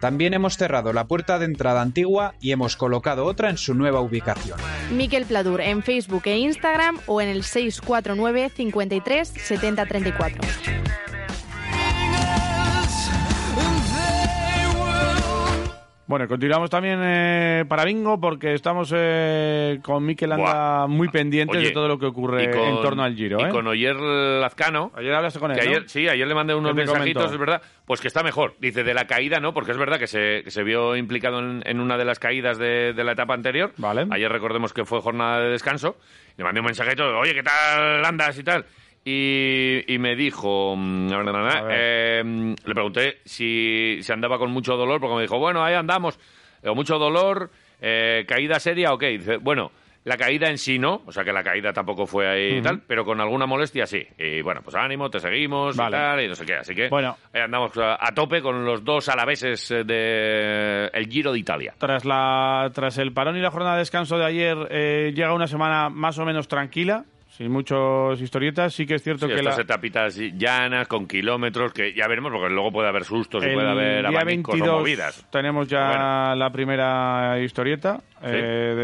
También hemos cerrado la puerta de entrada antigua y hemos colocado otra en su nueva ubicación. Miquel Pladur en Facebook e Instagram o en el 649 53 70 34. Bueno, continuamos también eh, para Bingo porque estamos eh, con Miquel Anda Buah. muy pendientes Oye, de todo lo que ocurre y con- en torno al Giro. Y ¿eh? con Oyer Lazcano. Ayer hablaste con él, Que ¿no? ayer, sí, ayer le mandé unos ¿Qué te mensajitos, comentó? es verdad. Pues que está mejor. Dice, de la caída no, porque es verdad que se, que se vio implicado en, en una de las caídas de, de la etapa anterior. Vale. Ayer recordemos que fue jornada de descanso. Le mandé un mensajito, oye, ¿qué tal andas y tal? Y, y me dijo, mm, na, na, na, na, A ver. eh, le pregunté si, si andaba con mucho dolor, porque me dijo, bueno, ahí andamos. Digo, mucho dolor, eh, caída seria, ok. Dice, bueno, La caída en sí no, o sea que la caída tampoco fue ahí y Ujú. tal, pero con alguna molestia sí. Y bueno, pues ánimo, te seguimos Vale. y tal, y no sé qué. Así que Bueno. eh, andamos a, a tope con los dos alaveses eh, de el Giro de Italia. Tras, la, tras el parón y la jornada de descanso de ayer, eh, llega una semana más o menos tranquila, sin muchas historietas. Sí que es cierto Sí, que la, estas etapitas llanas, con kilómetros, que ya veremos, porque luego puede haber sustos y el puede haber día abanicos 22 o movidas. tenemos ya la primera historieta eh,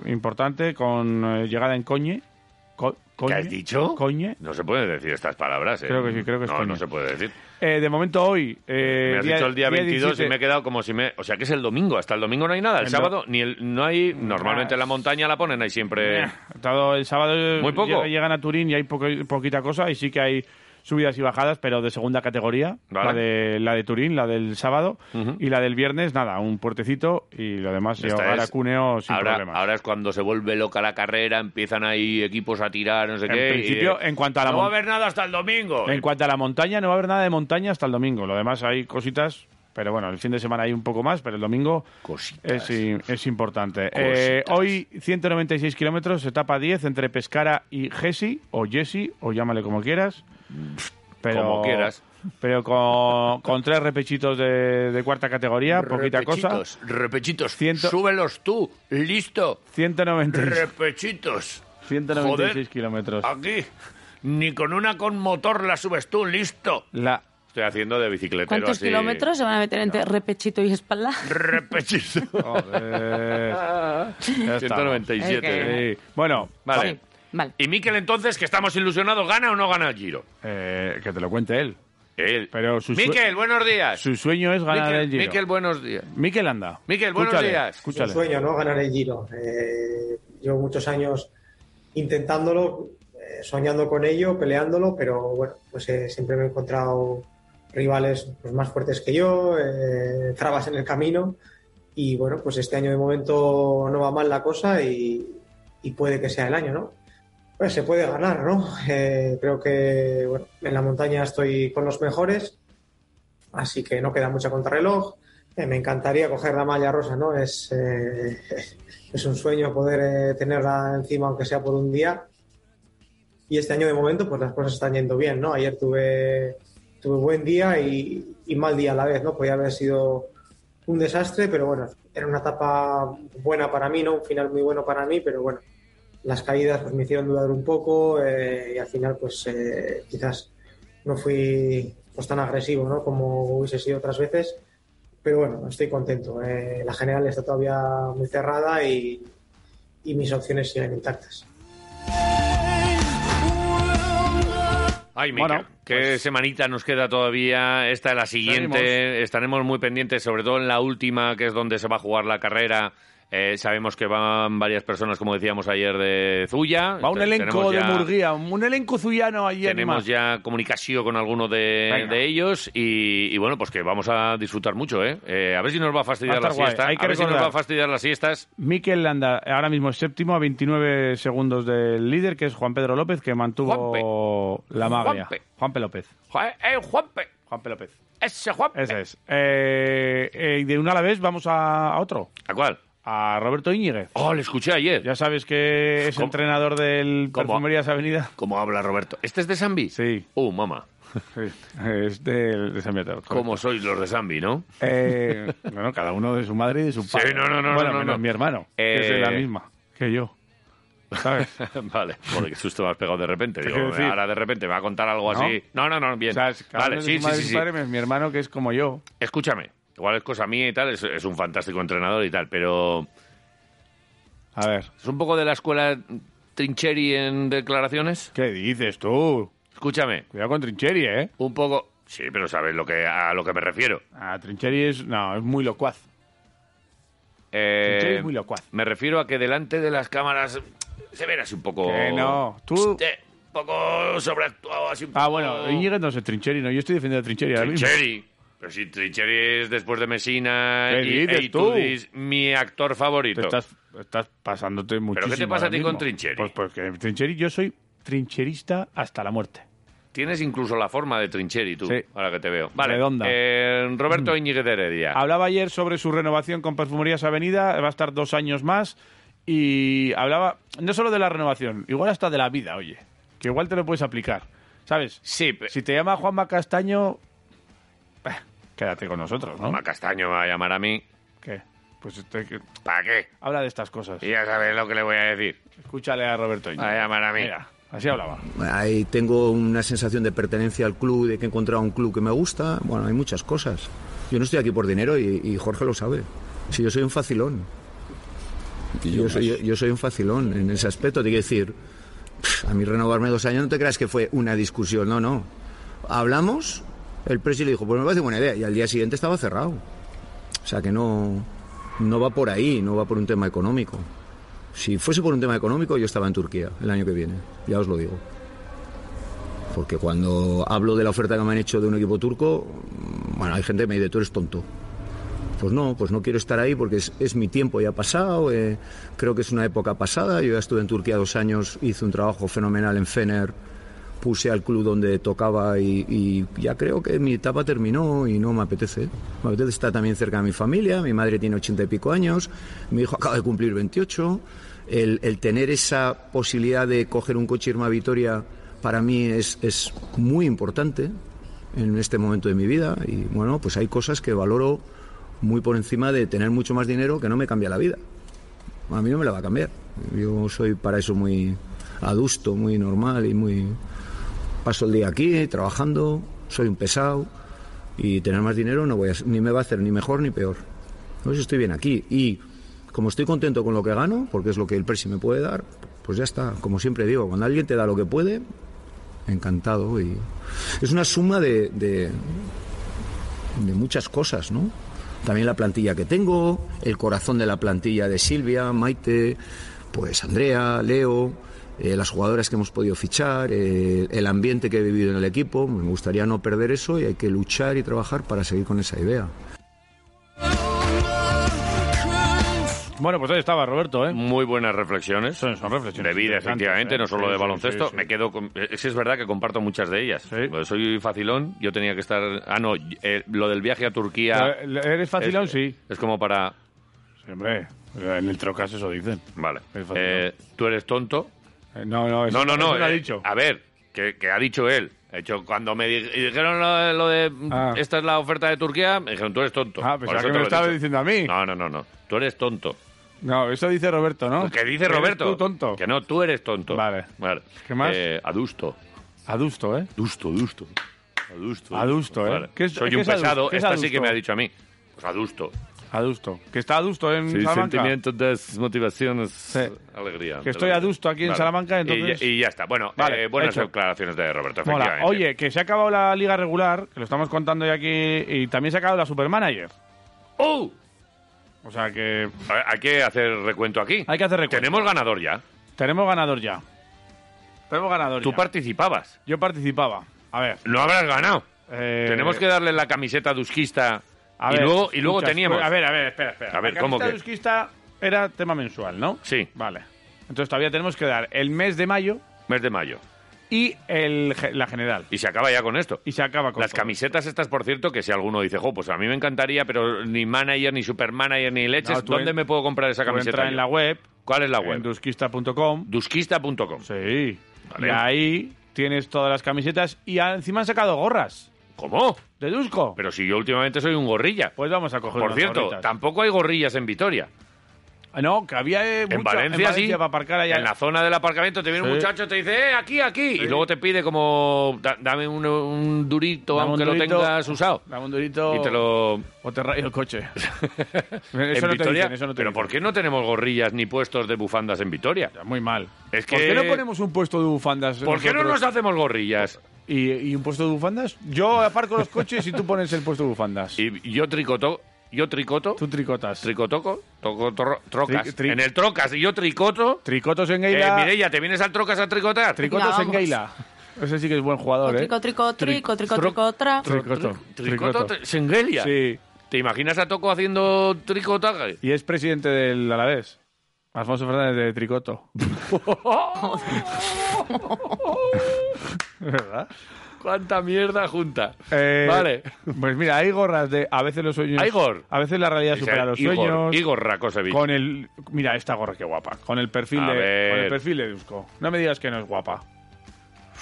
de- importante con eh, llegada en Coñe. Co- ¿Qué Coñe. has dicho? Coñe. No se pueden decir estas palabras, ¿eh? Creo que sí, creo que es No, coña. no se puede decir. Eh, de momento hoy. eh, me has día- dicho el día 22 y 17. me he quedado como si me... O sea, que es el domingo, hasta el domingo no hay nada. El Ento- sábado ni el... no hay... Normalmente la montaña la ponen ahí siempre... Ah, Eh, todo el sábado Muy poco. lleg- llegan a Turín y hay poco- poquita cosa y sí que hay subidas y bajadas, pero de segunda categoría, Vale. la de la de Turín, la del sábado Ujú. y la del viernes, nada, un puertecito y lo demás Esta llegar a es- Cuneo sin ahora, problemas. ahora es cuando se vuelve loca la carrera, empiezan ahí equipos a tirar, no sé En qué. y, principio, eh, en cuanto a la No va a mon- haber nada hasta el domingo. En cuanto a la montaña, no va a haber nada de montaña hasta el domingo. Lo demás hay cositas, pero bueno, el fin de semana hay un poco más, pero el domingo es, Cositas. i- es importante. Cositas. Eh, hoy 196 kilómetros, etapa 10 entre Pescara y Jesi, o Jesse, o llámale como quieras. Pero, Como quieras. Pero con, con tres repechitos de, de cuarta categoría, poquita cosa. Repechitos, repechitos. Ciento- Súbelos tú, listo. 196, Repechitos. 196 Joder. Ah. kilómetros. Aquí. Ni con una con motor la subes tú, listo. La, Estoy haciendo de bicicletero ¿Cuántos así. kilómetros se van a meter entre repechito y espalda? Repechito. joder, ya estamos. 197. Sí. Bueno, eh. Vale. Sí, vale. Y Miquel, entonces, que estamos ilusionados, ¿gana o no gana el Giro? eh, que te lo cuente él. Él. Pero su sue- Miquel, buenos días. Su sueño es ganar Miquel, el Giro. Miquel, buenos días. Miquel anda. Miquel, buenos Escúchale, días. un Escúchale. sueño, ¿no? Ganar el Giro. Eh, llevo muchos años intentándolo, eh, soñando con ello, peleándolo, pero bueno, pues eh, siempre me he encontrado rivales pues, más fuertes que yo, eh, trabas en el camino y bueno, pues este año de momento no va mal la cosa y, y puede que sea el año, ¿no? Pues se puede ganar, ¿no? Eh, creo que bueno, en la montaña estoy con los mejores, así que no queda mucha contrarreloj. Eh, me encantaría coger la malla rosa, ¿no? Es, eh, es un sueño poder eh, tenerla encima, aunque sea por un día. Y este año, de momento, pues las cosas están yendo bien, ¿no? Ayer tuve, tuve buen día y, y mal día a la vez, ¿no? Podía haber sido un desastre, pero bueno, era una etapa buena para mí, ¿no? Un final muy bueno para mí, pero bueno, las caídas pues me hicieron dudar un poco eh, y al final, pues eh, quizás no fui pues, tan agresivo, ¿no? Como hubiese sido otras veces pero bueno, estoy contento. Eh, la general está todavía muy cerrada y, y mis opciones siguen intactas. Ay, Miquel, Bueno, pues qué semanita nos queda todavía. Esta es la siguiente. Seguimos. Estaremos muy pendientes, sobre todo en la última, que es donde se va a jugar la carrera. Eh, sabemos que van varias personas, como decíamos ayer, de Zuya. Va un Te- elenco tenemos de ya- Murguía, un elenco zuyano ahí Tenemos animado. ya comunicación con alguno de, Venga. de ellos y, y bueno, pues que vamos a disfrutar mucho, ¿eh? Eh, a ver si nos Va va a a fastidiar estar la guay, siesta. hay que a ver si nos recordar. va a fastidiar las siestas. Miquel Landa, ahora mismo es séptimo a 29 segundos del líder, que es Juan Pedro López, que mantuvo la magia. Juanpe. Juanpe López. Joder, ¡Eh, Juanpe! Juanpe López. ¡Ese Juanpe! Ese es. Eh, eh, de una a la vez vamos a, a otro, ¿A cuál? a Roberto Íñiguez. Oh, le escuché ayer. Ya sabes que es ¿Cómo? entrenador del ¿Cómo? Perfumerías Avenida. ¿Cómo habla Roberto? ¿Este es de Zambi? Sí. Uh, mamá. es del de San Viator. ¿Cómo sois los de Zambi, no? Eh, bueno, cada uno de su madre y de su padre. no, no, no, Bueno, no, no, menos no. mi hermano, que es de Eh, la misma que yo. ¿Sabes? vale, porque susto me has pegado de repente. Digo, quiero decir? ahora de repente me va a contar algo ¿No? así. No, no, no, bien. O sea, es cada vale, uno de sí, su sí, madre y su sí, sí. padre, menos mi hermano, que es como yo. Escúchame, igual es cosa mía y tal, es, es un fantástico entrenador y tal, pero A ver, es un poco de la escuela Trincheri en declaraciones. ¿qué dices tú? Escúchame, Cuidado con Trincheri, ¿eh? un poco... Sí, pero sabes lo que, a lo que me refiero. Ah, Trincheri es... No, es muy locuaz. Eh, Trincheri es muy locuaz. Me refiero a que delante de las cámaras se ven así un poco... Que no, tú... Eh, un poco sobreactuado, así un Ah, poco- bueno, Íñiguez no sé, Trincheri no. Yo estoy defendiendo a Trincheri ahora mismo. Trincheri. Pero si Trincheri es después de Messina ¿Qué y dices e tú? Itudis, mi actor Te favorito. estás, estás pasándote muchísimo. qué te pasa a ahora ti con mismo. Trincheri? Pues porque Trincheri yo soy trincherista hasta la muerte. Tienes incluso la forma de Trincheri, tú, Sí. ahora que te veo. Vale, Redonda. Mm. eh, Roberto Íñiguez de Heredia. Hablaba ayer sobre su renovación con Perfumerías Avenida, va a estar dos años más y hablaba no solo de la renovación, igual hasta de la vida, oye, que igual te lo puedes aplicar, ¿sabes? Sí, pe- Si te llama Juanma Castaño, eh, quédate con nosotros, ¿no? Juanma Castaño me va a llamar a mí. ¿Qué? Pues este que- ¿Para qué? habla de estas cosas. Y ya sabes lo que le voy a decir. Escúchale a Roberto Iñigo. Va a llamar a mí. Mira, así hablaba. Ahí tengo una sensación de pertenencia al club, de que he encontrado un club que me gusta. Bueno, hay muchas cosas. Yo no estoy aquí por dinero y, y Jorge lo sabe. Si yo soy un facilón. Yo soy, yo- yo soy un facilón en ese aspecto. Te quiero decir, pff, a mí renovarme dos años no te creas que fue una discusión. No, no. Hablamos, el presi le dijo, pues me parece buena idea. Y al día siguiente estaba cerrado. O sea que no, no va por ahí, no va por un tema económico. Si fuese por un tema económico, yo estaba en Turquía el año que viene. Ya os lo digo. Porque cuando hablo de la oferta que me han hecho de un equipo turco, mm, bueno, hay gente que me dice, tú eres tonto. Pues no, pues no quiero estar ahí porque es, es mi tiempo ya pasado, eh, creo que es una época pasada. Yo ya estuve en Turquía dos años, hice un trabajo fenomenal en Fener, puse al club donde tocaba y, y ya creo que mi etapa terminó y no me apetece. Me apetece estar también cerca de mi familia, mi madre tiene ochenta y pico años, mi hijo acaba de cumplir 28. El, el tener esa posibilidad de coger un coche y irme a Vitoria para mí es, es muy importante en este momento de mi vida y bueno, pues hay cosas que valoro muy por encima de tener mucho más dinero que no me cambia la vida. A mí no me la va a cambiar. Yo soy para eso muy adusto, muy normal y muy... Paso el día aquí trabajando, soy un pesado y tener más dinero no voy a, ni me va a hacer ni mejor ni peor. No estoy bien aquí y como estoy contento con lo que gano, porque es lo que el Presi me puede dar, pues ya está. Como siempre digo, cuando alguien te da lo que puede, encantado. y Es una suma de, de, de muchas cosas, ¿no? También la plantilla que tengo, el corazón de la plantilla de Silvia, Maite, pues Andrea, Leo, eh, las jugadoras que hemos podido fichar, eh, el ambiente que he vivido en el equipo. Me gustaría no perder eso y hay que luchar y trabajar para seguir con esa idea. Bueno, pues ahí estaba Roberto, ¿eh? Muy buenas reflexiones. Son- son reflexiones De vida, interesantes, efectivamente, ¿eh? no solo Sí, de sí, baloncesto. sí, sí. Me quedo con. eh, sí es verdad que comparto muchas de ellas. Sí. Pues Soy facilón, yo tenía que estar. Ah, no, eh, lo del viaje a Turquía. Eh, ¿Eres facilón? es- Sí. Es como para. Sí, Hombre, en el trocas eso dicen. Vale. Es facilón. Eh, Tú eres tonto. Eh, No, no, eso- No, no, no. eso lo ha eh, dicho. A ver, que, que ha dicho él. De hecho, cuando me di- dijeron lo, lo de Ah. esta es la oferta de Turquía, me dijeron tú eres tonto. Ah, Por pensaba eso que te me lo he estaba dicho. diciendo a mí. No, no, no, no. Tú eres tonto. No, eso dice Roberto, ¿no? Que dice Eres Roberto. tú tonto. Que no, tú eres tonto. Vale. vale. ¿Qué más? Eh, adusto. Adusto, ¿eh? Adusto, adusto. Adusto. Adusto, ¿eh? ¿Qué es- Soy qué un es adusto? pesado. ¿Qué es Esta sí que adusto? me ha dicho a mí. Pues adusto. Adusto. Que está adusto en Salamanca. desmotivaciones, alegría. Que estoy adusto aquí en Salamanca, entonces- Y ya, y ya está. Bueno, Vale, eh, buenas hecho. declaraciones de Roberto, Mola. efectivamente. Oye, que se ha acabado la liga regular, que lo estamos contando ya aquí, y también se ha acabado la Supermanager. ¡Oh! O sea que A ver, Hay que hacer recuento aquí. hay que hacer recuento. Tenemos ganador ya. Tenemos ganador ya. Tenemos ganador Tú ya. participabas. Yo participaba. A ver. No habrás ganado. eh, Tenemos que darle la camiseta dusquista. a y ver, luego, y luego muchas- teníamos. A ver, a ver, espera, espera. A ver, la ¿cómo camiseta que? Euskista era tema mensual, ¿no? Sí, Vale. Entonces todavía tenemos que dar el mes de mayo mes de mayo. y el, ge- la general. Y se acaba ya con esto. Y se acaba con Las todo. camisetas estas, por cierto, que si alguno dice, jo, pues a mí me encantaría, pero ni manager, ni supermanager, ni leches, No, tú ¿dónde en- me puedo comprar esa Tú camiseta? entra en yo? la web, ¿Cuál es la en web? dusquista.com. Dusquista.com. Sí. Vale. Y ahí tienes todas las camisetas y a- encima han sacado gorras ¿Cómo? de Dusco. Pero si yo últimamente soy un gorrilla. Pues vamos a coger por unas cierto, gorritas. tampoco hay gorrillas en Vitoria. Ah, No, que había eh, mucho- En Valencia, sí. para aparcar allá. En la zona del aparcamiento te viene un Sí. muchacho, te dice, eh, aquí, aquí. Y luego te pide como, "Da- dame un, un durito, Dame un aunque durito. lo tengas usado. Dame un durito Y te lo... o te rayo el coche. en eso no te Vitoria- dicen, eso no te Pero dicen. ¿por qué no tenemos gorrillas ni puestos de bufandas en Vitoria? Muy mal. Es ¿Por que- qué no ponemos un puesto de bufandas? ¿Por qué no pues nosotros? nos hacemos gorrillas? ¿Y, y un puesto de bufandas? Yo aparco los coches y tú pones el puesto de bufandas. Y yo tricoto, yo tricoto, Tú tricotas. tricotoco, toco, torro- trocas. Tri- tri- en el trocas y yo tricoto. Tricotos en Eh, Gaila. Mireia, ¿te vienes al trocas a tricotar? tricotos Venga, en vamos. Gaila. Ese sí que es buen jugador, ¿eh? Trico, trico, trico, trico, trico, otra. Tricoto. Tricoto, tri- Sengelia. Sí. ¿Te imaginas a Toco haciendo tricotaje? Y es presidente del Alavés. Alfonso Fernández de Tricoto. ¿Verdad? Cuánta mierda junta. Eh, vale. Pues mira, hay gorras de. A veces los sueños. Hay gor. A veces la realidad supera los Igor, sueños. Igor Rakosevic. Con el. Mira, esta gorra que guapa. Con el perfil de. A Con el ver. perfil de Dusko. No me digas que no es guapa.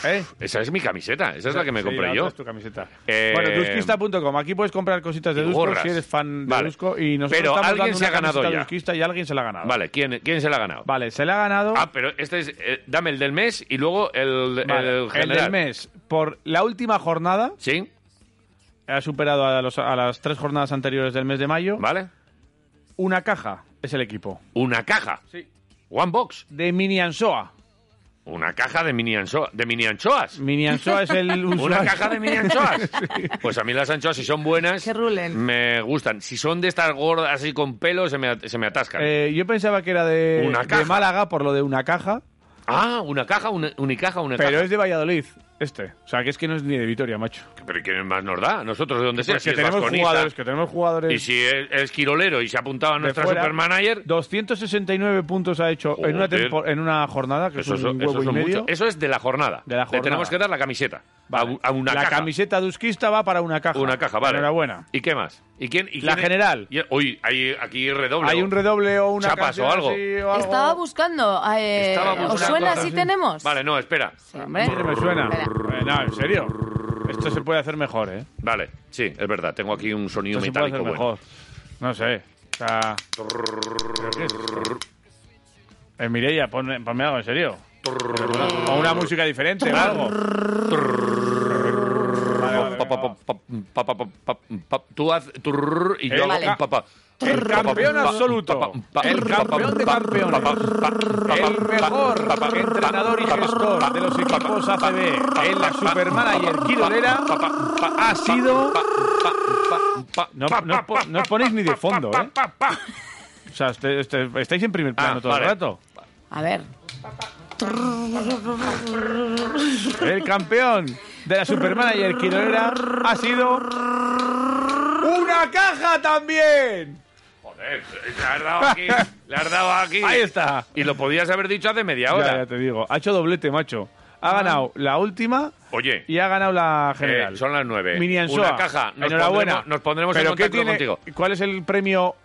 ¿Eh? Esa es mi camiseta, esa es la que me Sí, compré la yo. otra es tu camiseta. Eh, Bueno, duskista.com. Aquí puedes comprar cositas de y Dusko gorras. si eres fan de Vale. Dusko. Y nosotros Pero estamos alguien dando se una ha ganado camiseta ya. Duskista y alguien se la ha ganado. Vale, ¿quién, ¿quién se la ha ganado? Vale, se la ha ganado. Ah, pero este es. eh, dame el del mes y luego el, Vale, el general. del mes. Por la última jornada, Sí, ha superado a, los- a las tres jornadas anteriores del mes de mayo. vale. Una caja es el equipo. Una caja. Sí. One box. De Mini Ansoa. Una caja de mini, anchoa- de mini anchoas. Mini Ansoa es el Una usuario. caja de mini anchoas. Pues a mí las anchoas, si son buenas, Que rulen. me gustan. Si son de estas gordas así con pelo, se me, at- se me atascan. Eh, yo pensaba que era de, Una de caja. Málaga por lo de una caja, Ah, una caja, una, unicaja, una pero caja. es de Valladolid, este. O sea, que es que no es ni de Vitoria, macho. Pero ¿quién más nos da? Nosotros de donde sea. Pues Si que es tenemos vasconista, jugadores, que tenemos jugadores Y si es, es quirolero y se ha apuntado a de nuestra fuera. supermanager, 269 puntos ha hecho en una, Joder. tempo- en una jornada, que eso, es pues eso- un eso huevo es y lo medio. mucho. Eso es de la jornada. De la Le tenemos jornada. que dar la camiseta. A Vale. u- A, una la caja. camiseta dusquista va para una caja. Una caja, vale. Enhorabuena. ¿Y qué más? ¿Y quién? y La quién es- general. y- Uy, hay aquí redoble. Hay un redoble o una Chapas canción o algo. así o algo. Estaba buscando. eh, Estaba ¿Os buscando suena? cosas. ¿Sí tenemos? Vale, no, espera. Sí, hombre. Sí, me suena. Espera. Eh, no, en serio. Esto se puede hacer mejor, ¿eh? Vale, sí, es verdad. Tengo aquí un sonido Esto se puede hacer metálico bueno. mejor. No sé. O sea... Eh, Mireia, ponme, ponme algo en serio. O una música diferente o algo. Vale, vale, Pa, venga, pa, va. pa, pa, pa, pa, pa, pa. Tú haz turr y El yo hago ca- un papá. el campeón absoluto. El campeón de campeones. El mejor entrenador y gestor de los equipos ACB en la Supermanager Quirolera ha sido... No, no os po- no os ponéis ni de fondo, ¿eh? O sea, este- este- estáis en primer plano Ah, todo vale. el rato. A ver. El campeón de la Supermanager Quirolera ha sido... ¡Una caja también! Joder, le has dado aquí. Le has dado aquí. Ahí está. Y lo podías haber dicho hace media Ya, hora. ya te digo. Ha hecho doblete, macho. Ha ganado la última Oye. y ha ganado la general. Eh, son las nueve. Mini Ansoa. Una caja. Nos Enhorabuena. pondremos- nos pondremos en ¿Pero qué contacto tiene- contigo. ¿Cuál es el premio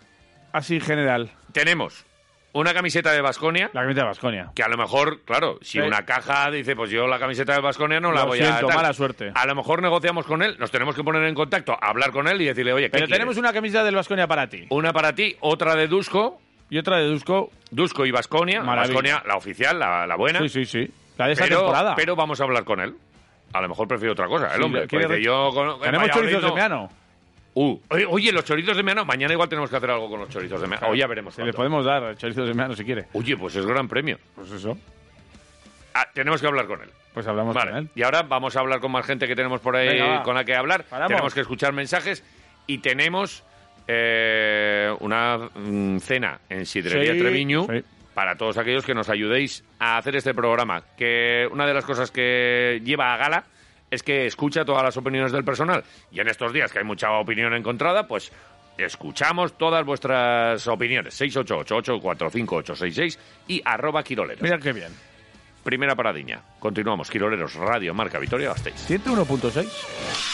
así general? Tenemos una camiseta de Basconia. La camiseta de Basconia. Que a lo mejor, claro, si Eh. una caja dice, pues yo la camiseta de Vasconia no la Lo voy siento, a. tal. mala suerte. A lo mejor negociamos con él, nos tenemos que poner en contacto, hablar con él y decirle, oye, ¿qué Pero quieres? tenemos una camiseta del Basconia para ti. Una para ti, otra de Dusko, Y otra de Dusko. Dusko y Vasconia. Maravilla. Vasconia, la oficial, la, la buena. Sí, sí, sí. La de esta pero, temporada. pero vamos a hablar con él. A lo mejor prefiero otra cosa, el Sí, hombre. quiere porque re- yo con- Tenemos Valladolid chorizos no. de meano. Uh, oye, oye, los chorizos de meano. Mañana igual tenemos que hacer algo con los chorizos de meano. O ya veremos. Se le cuándo. podemos dar chorizos de meano si quiere. Oye, pues es gran premio. Pues eso. Ah, tenemos que hablar con él. Pues hablamos Vale, con él. y ahora vamos a hablar con más gente que tenemos por ahí Venga, va. con la que hablar. Paramos. Tenemos que escuchar mensajes y tenemos eh, una mm, cena en Sidrería Sí, Treviño sí. para todos aquellos que nos ayudéis a hacer este programa. Que una de las cosas que lleva a gala es que escucha todas las opiniones del personal. Y en estos días que hay mucha opinión encontrada, pues escuchamos todas vuestras opiniones. 688-845-866 y arroba quiroleros. Mira qué bien. Primera paradiña. Continuamos. Quiroleros, Radio Marca Vitoria, Gasteiz. 101.6.